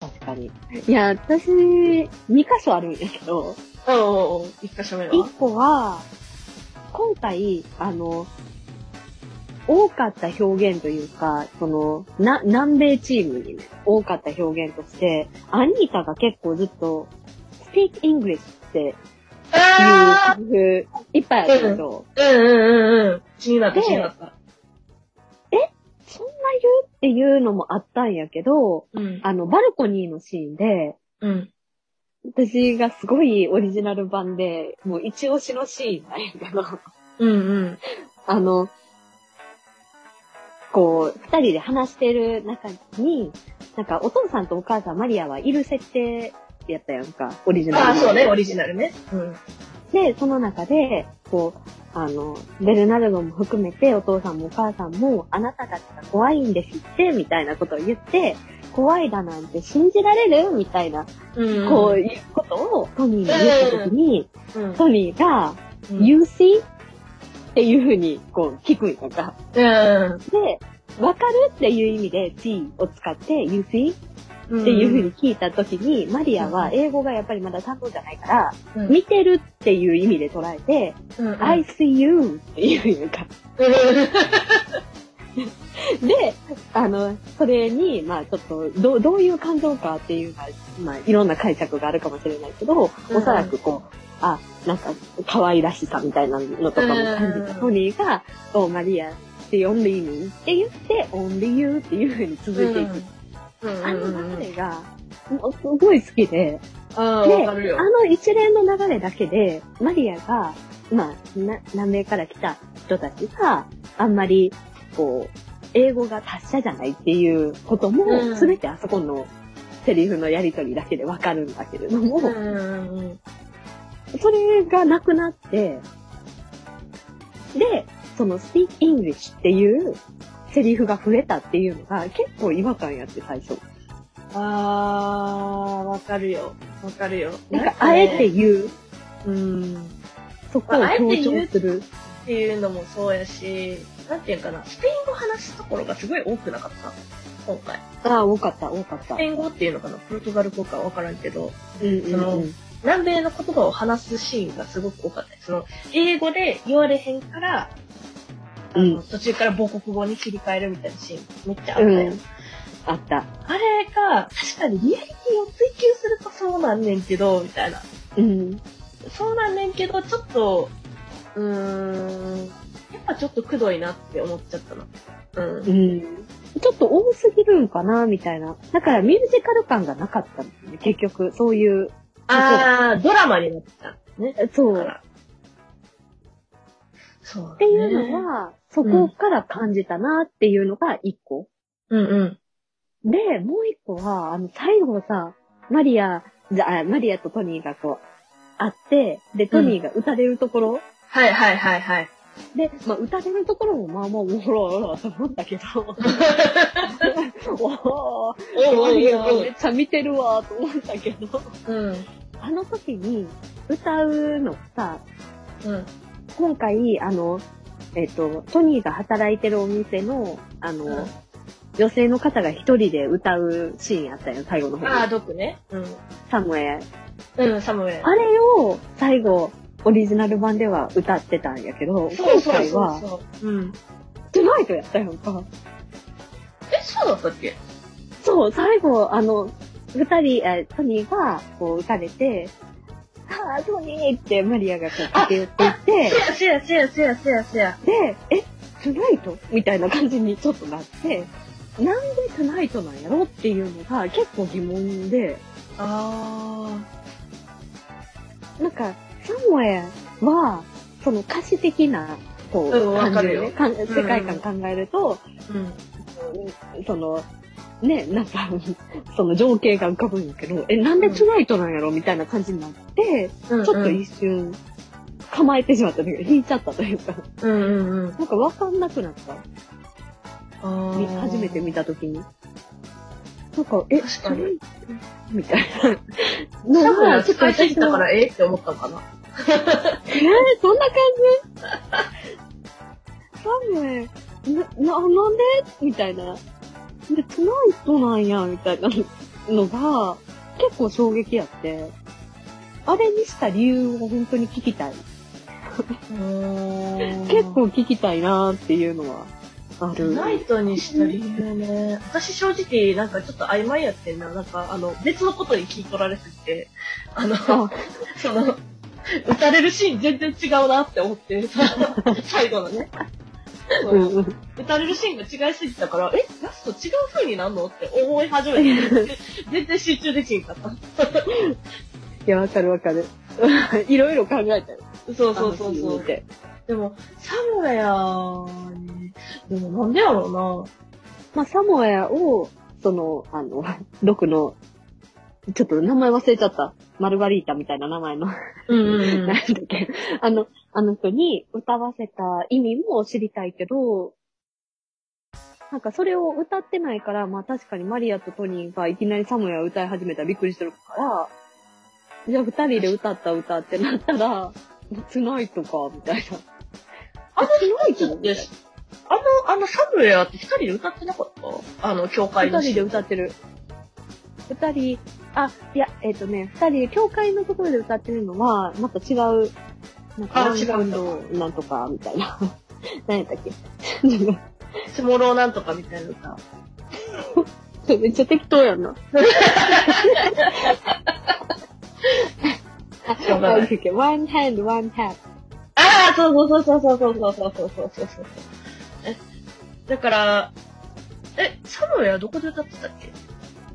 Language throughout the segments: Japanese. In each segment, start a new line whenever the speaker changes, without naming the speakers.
確かに。いや、私、2箇所あるんやけど、
おうおうおう一箇所目は
1個は、今回、あの、多かった表現というか、その、な、南米チームにね、多かった表現として、アニータが結構ずっと、speak English って
あ
いうセリフいっぱいあるんですよ。
ーうんうんうんうん。気になった気になった。
そんな言うっていうのもあったんやけど、
うん。
あの、バルコニーのシーンで、
うん。
私がすごいオリジナル版で、もう一押しのシーンなんやけど、
うんうん。
あの、こう、二人で話してる中に、なんかお父さんとお母さんマリアはいる設定やったやんか、オリジナル
あ
の。
あ、そうね、オリジナルね。うん。
で、その中で、こう、あの、ベルナルドも含めて、お父さんもお母さんも、あなたたちが怖いんですって、みたいなことを言って、怖いだなんて信じられるみたいな、
うん
こういうことをトニーに言ったときに、
うん、うん
トニーが、You see? っていうふうに、こう、聞くんやんか。
うん
で、わかるっていう意味で see を使って、You see?
うん。
っていうふうに聞いたときに、マリアは英語がやっぱりまだ担当じゃないから、
うん
見てるっていう意味で捉えて、
うんうん
I see you っていうか。で、あの、それに、まあちょっと、どう、どういう感情かっていうのは、まあいろんな解釈があるかもしれないけど、
うん
おそらくこう、あ、なんか、可愛らしさみたいなのとかも感じた
うん
トニーが、おマリア、ってオンリーミーって言って、オンリーユーっていう風に続いていく。
うん
あ
うんうん
の
うん
流れが、おすごい好きで、
あー
で、
わ
あ
かるよ。
の一連の流れだけで、マリアが、まあ、な南米から来た人たちがあんまり、こう、英語が達者じゃないっていうこと
う
も、
ん
すべてあそこのセリフのやりとりだけでわかるんだけれども、
うんうんうん
それがなくなって、で、その speak English っていうセリフが増えたっていうのが結構違和感やって最初。
あー、わかるよ。わかるよ。
なんか、あえて言う、
うん。っ
そこを強調する。
ていうのもそうやし、なんていうかな、スペイン語話すところがすごい多くなかった今回。
ああ、多かった、多かった
スペ。イン語っていうのかなポルトガル語かわからんけど、
うん
その南米の言葉を話すシーンがすごく多かった。その、英語で言われへんから、あの
うん
途中から母国語に切り替えるみたいなシーン、めっちゃあったやん。
うんあった。
あれが、確かにリアリティを追求するとそうなんねんけど、みたいな。
うん。
そうなんねんけど、ちょっと、うーん、やっぱちょっとくどいなって思っちゃったな。うん。
うん。ちょっと多すぎるんかな、みたいな。だからミュージカル感がなかったんだよね。結局、そういう。
あー、ドラマになってたんですね。
そ
だ
う。
か
っ
ら。そう、ね。
ていうのは、そこから感じたなっていうのが一個。
うんうん。
で、もう一個は、あの、最後さ、マリア、じゃあ、マリアとトニーがこう、会って、で、トニーが歌れるところ、
はいはいはいはい。
で、まあ、歌れるところもまあまあ、おろおろと思った けど、おー、
おうおう
マリア
お
めっちゃ見てるわと思ったけど、
うん。
あの時に歌うのさ、
うん。
今回、あの、えっ、と、トニーが働いてるお店の、あの、
うん
女性の方が一人で歌うシーンあったよ、最後の方
あー、毒ね。うん。
サムエ。
うん、サムエル。
あれを最後、オリジナル版では歌ってたんやけど、
そう
今
そう
回
そう
は、
そう。うん。
トゥナイトやったやんか。
え、そうだったっけ
そう、最後、あの、二人、えートニーが、こう、打たれて、ああ、トニーってマリアがこう、駆け寄っていって
せ、やせやせやせやせやせや。
で、え、トゥナイトみたいな感じにちょっとなって、なんでトゥナイトなんやろっていうのが結構疑問で、
あ
なんか、サムエは、その歌詞的な、こう、
うんわか
感
る
じ
よ
ね、かん世界観考えると、
ー。うん。
その、ね、なんか、その情景が浮かぶんやけど、え、なんでトゥナイトなんやろみたいな感じになって、
ちょ
ちょっと一瞬、構えてしまったというか、引いちゃったというか、
うんうんうん。
なんかわかんなくなった。
あー
み初めて見たときに。なんか、え、
確か
そ
に
れみたいな。
サ
の
ムエ
が、
ル
ちょっと
使いす
私
ぎたか
の、
らええって思ったのか
え
な。
ーそんな感分、な、な、なんでみたいな。で、トゥナイトなんや、みたいなのが、結構衝撃やって、あれにした理由を本当に聞きたい。結
結
構聞きたいなーっていうのはある。
ナイトにした理由ね。私正直、なんかちょっと曖昧やってんな。なんか、あの、別のことに聞い取られすぎて、あの、
あ
その、撃たれるシーン全然違うなって思 って、その最後のね。そう
うんうん。
撃たれるシーンが違いすぎたから、え、ラスト違う風になんのって思い始め て、全然集中できんかった。
いや、わかるわかる。 いろいろ考えたよ。
そうそうそう
あのシーン
そ
見
う。
て
でも、サムエアに、でもなんでやろうな。
まあ、サモエを、その、あの、 毒の、ちょっと名前忘れちゃった。マルガリータみたいな名前の、
うん
なんだっけ。あの、あの人に歌わせた意味も知りたいけど、なんかそれを歌ってないから、まあ確かにマリアとトニーがいきなりサモエを歌い始めたらびっくりしてるから、じゃあ二人で歌った歌ってなったら、つないとか、みたいな。
あの
え
人って、あの、あのサムエアって二人で歌ってなかったあの、教会
二
の
人で歌ってる。二人、あ、いや、えっ、とね、二人、教会のところで歌ってるのは、また違う、なんか
あ
ワンサウンドなんとか、みたいな。 何やったっけ
スモローなんとかみたいな歌。
めっちゃ適当やんな。
しょうがない
OK, one hand, one hand.
ああ、そうそうそうそうそうそうそうそうそうそうそう。え、だから、え、サムエアどこで歌ってたっけ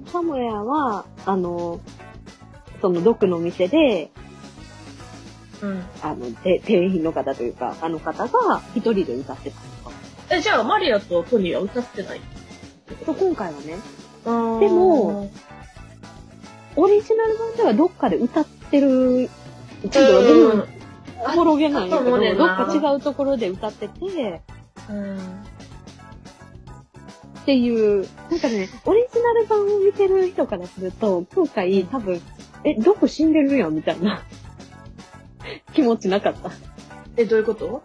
サムヤは、あの、その毒の店で、
うん。
あの、て店員の方というか、あの方が一人で歌ってたとか。
え、じゃあマリアとトニーは歌ってないって
そ
こ
う、今回はね、
と
でも、オリジナル版ではどっかで歌ってる、ちょっとどう
うん
おぼろげなんやけ
あ
ど、
そうねん
ど
な
っか違うところで歌ってて、
うん。
っていう、なんかね、オリジナル版を見てる人からすると、今回多分、え、どこ死んでるやんみたいな気持ちなかった。
え、どういうこと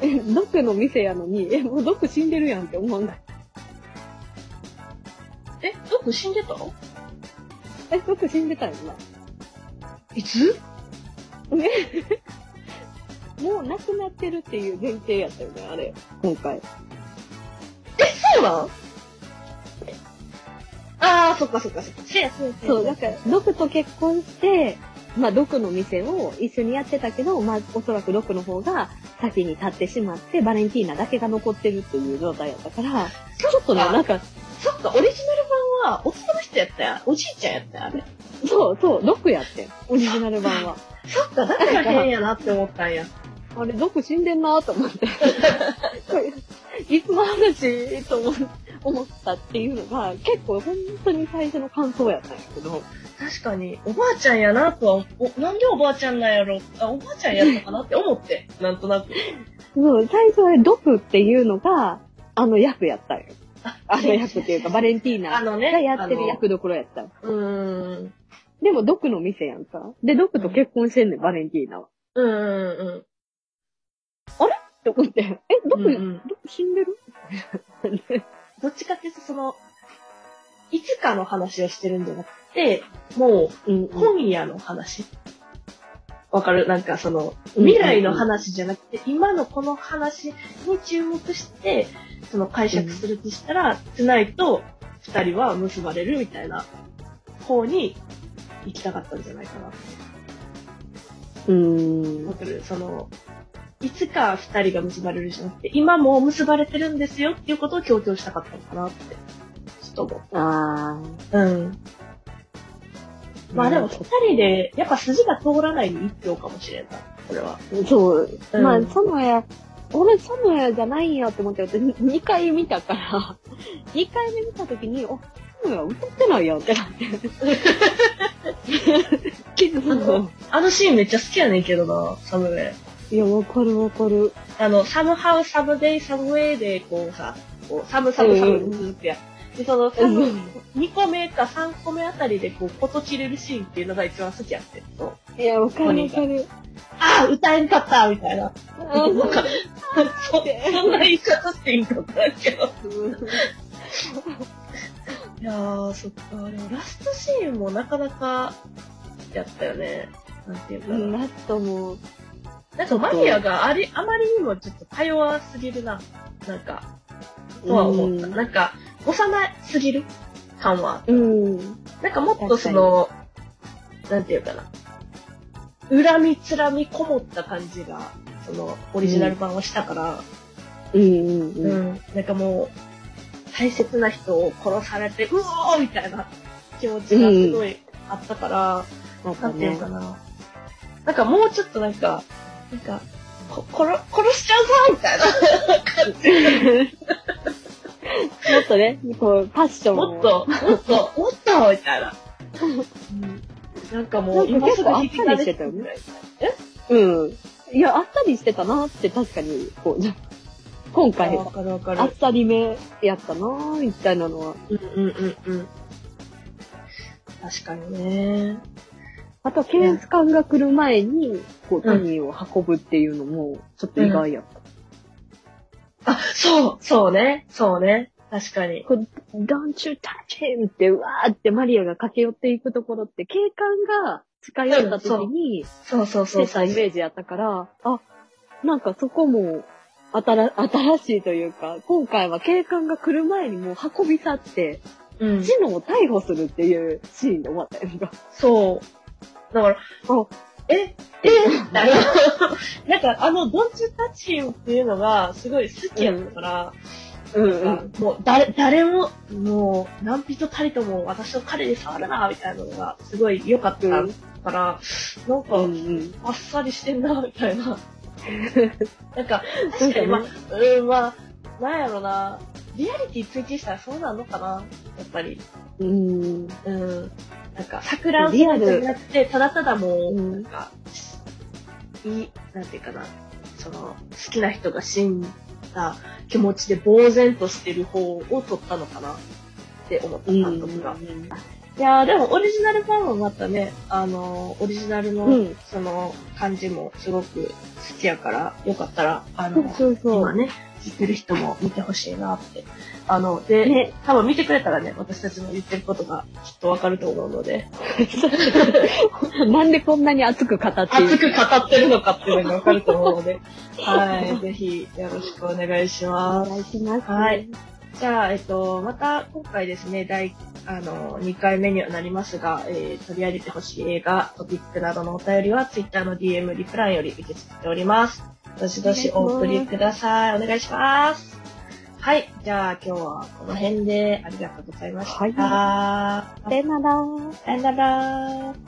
え、ドクの店やのに、え、もうドク死んでるやんって思わない。
え、どこ死んでた
え、ドク死んでたよな。
いつ
もう亡くなってるっていう前提やったよね、あれ。今回。
そうなんああ、そっかそっかそっか。せやせやせや。
そう、だから、ドクと結婚して、まあ、ドクの店を一緒にやってたけど、まあ、おそらくドクの方が先に立ってしまって、バレンティーナだけが残ってるっていう状態やったから、ちょっとね、なんか、
そっか、オリジナル版は男の人やったやん。おじいちゃんやったやんあれ。
そうそう、ドクやってんオリジナル版は。
そっか、だから変やなって思ったんや。
あれ、ドク死んでんなと思って。 これいつの話と思思ったっていうのが、結構本当に最初の感想やったんやけど、
確かに、おばあちゃんやなとは、おなんでおばあちゃんなんやろあ、おばあちゃんやったかなって思 って、なんとなく。
そう最初はドクっていうのが、あの役やったんよ。あの役っていうか、バレンティーナ
あのね、
がやってる役どころやったん。
あの。うーん。
でも、ドクの店やんか。で、ドクと結婚してんねん、バレンティーナは。
うんうんうん。
って思って、え、ドク、
うんうん
ドク死んでる
どっちかっていうと、その、いつかの話をしてるんじゃなくて、も
うん
う、今夜の話。わかるなんかその、未来の話じゃなくて、今のこの話に注目して、その解釈するとしたら、つないと二人は結ばれるみたいな方に行きたかったんじゃないかな。
うん。う
わ
ん。
かるその、いつか二人が結ばれるじゃなくて、今もう結ばれてるんですよっていうことを強調したかったのかなって、ちょっと思
あ
う。うん。
ー
まあでも二人で、やっぱ筋が通らないに一票かもしれんな、これは。
そう。
うん
まあ、サムヤ、俺サムヤじゃないんやって思って、私2回見たから、2回目見たときに、お、サムヤ歌ってないやんって な って。結構、
あのシーンめっちゃ好きやねんけどな、サムウェイ。
いや、わかるわかる。
あの、サムハウ、サムデイ、サムウェイで、こうさ、こうサムサムサムってずっとやるで、その、サム、2個目か3個目あたりで、こう、こと切れるシーンっていうのが一番好きやって。そう。
いや、わかるわかる。
ああ、歌えんかったみたいな。なんか、 そそんな言い方していいんかったけど。いやー、そっか。でもラストシーンもなかなか、やったよね。なんていうかな。
ラストも、
なんかマフィアがあり、あまりにもちょっとか弱すぎるな。なんか、とは思った。
うん
なんか、幼すぎる感は。
うん。
なんかもっとその、なんていうかな。恨みつらみこもった感じが、その、オリジナル版はしたから、
うんうん
うん。
うん。
なんかもう、大切な人を殺されて、うおーみたいな気持ちがすごいあったから、
なん
な
か
んていう
ね
か。な。なんかもうちょっとなんか、なんか、こ殺殺しちゃうぞみたいな。
もっとね、こう、パッションを
もっと、もっと、もっとみたいな。なんかもう、
なんか
今
結
すぐ
構あっ
引き
さ
返
りしてたよね
ね。
うん。いや、あっさりしてたなって確かに、こう、今
あ
回、
わかるわか
あっ
る。
さりめやったなみたいなのは。
うんうんうんうん。確かにね。
あと、警察官が来る前に、こう、トニーを運ぶっていうのも、ちょっと意外やった。
あ、そう、そうね。そうね。確かに。
こう、Don't you touch him! って、うわーってマリアが駆け寄っていくところって、警官が近寄った時に、
そうそうそう。
してたイメージやったから、あ、なんかそこも、新、新しいというか、今回は警官が来る前にもう運び去って、
うん。
知能を逮捕するっていうシーンで終わったよね。
そう。だから、
あ
え、え、みたいな。なんか、あの、ドンチュタチウっていうのが、すごい好きやったから、
うん
なんかもう、誰、誰も、もう、何人たりとも私の彼に触るな、みたいなのが、すごい良かったから、なんか、
うんうん。
あっさりしてんな、みた いな。なんか、
なん
確か
か
に、
ね
まあ、うん、まあ、なんやろな、リアリティ追求したらそうなのかな、やっぱり。
うん。
うん。なんか、桜を
リアル
じゃなくて、ただただもう、
うん
なんか、いい、なんていうかな、その、好きな人が死んだ気持ちで呆然としてる方を撮ったのかなって思った、監督が。いやー、でもオリジナルファンはまたね、あのーオリジナルの、
うん
その、感じもすごく好きやから、よかったら、
そ
あの
う、そうそ
今
う。
ね、知ってる人も見てほしいなって。あの、で、
ね
多分見てくれたらね、私たちの言ってることがきっとわかると思うので、
なんでこんなに熱く語ってい
熱
る
く語ってるのかっていうのがわかると思うの で、はい、ぜひよろしくお願いし
お
ます。
願いします。
はい。じゃあ、えっと、また今回ですね、第、あの、2回目にはなりますが、えー取り上げてほしい映画、トピックなどのお便りは、Twitter の DM、リプランより受け付けております。どしどしお送りください。お願いします。はい。じゃあ、今日はこの辺でありがとうございました。
はい
さ
さよなら。
よなら。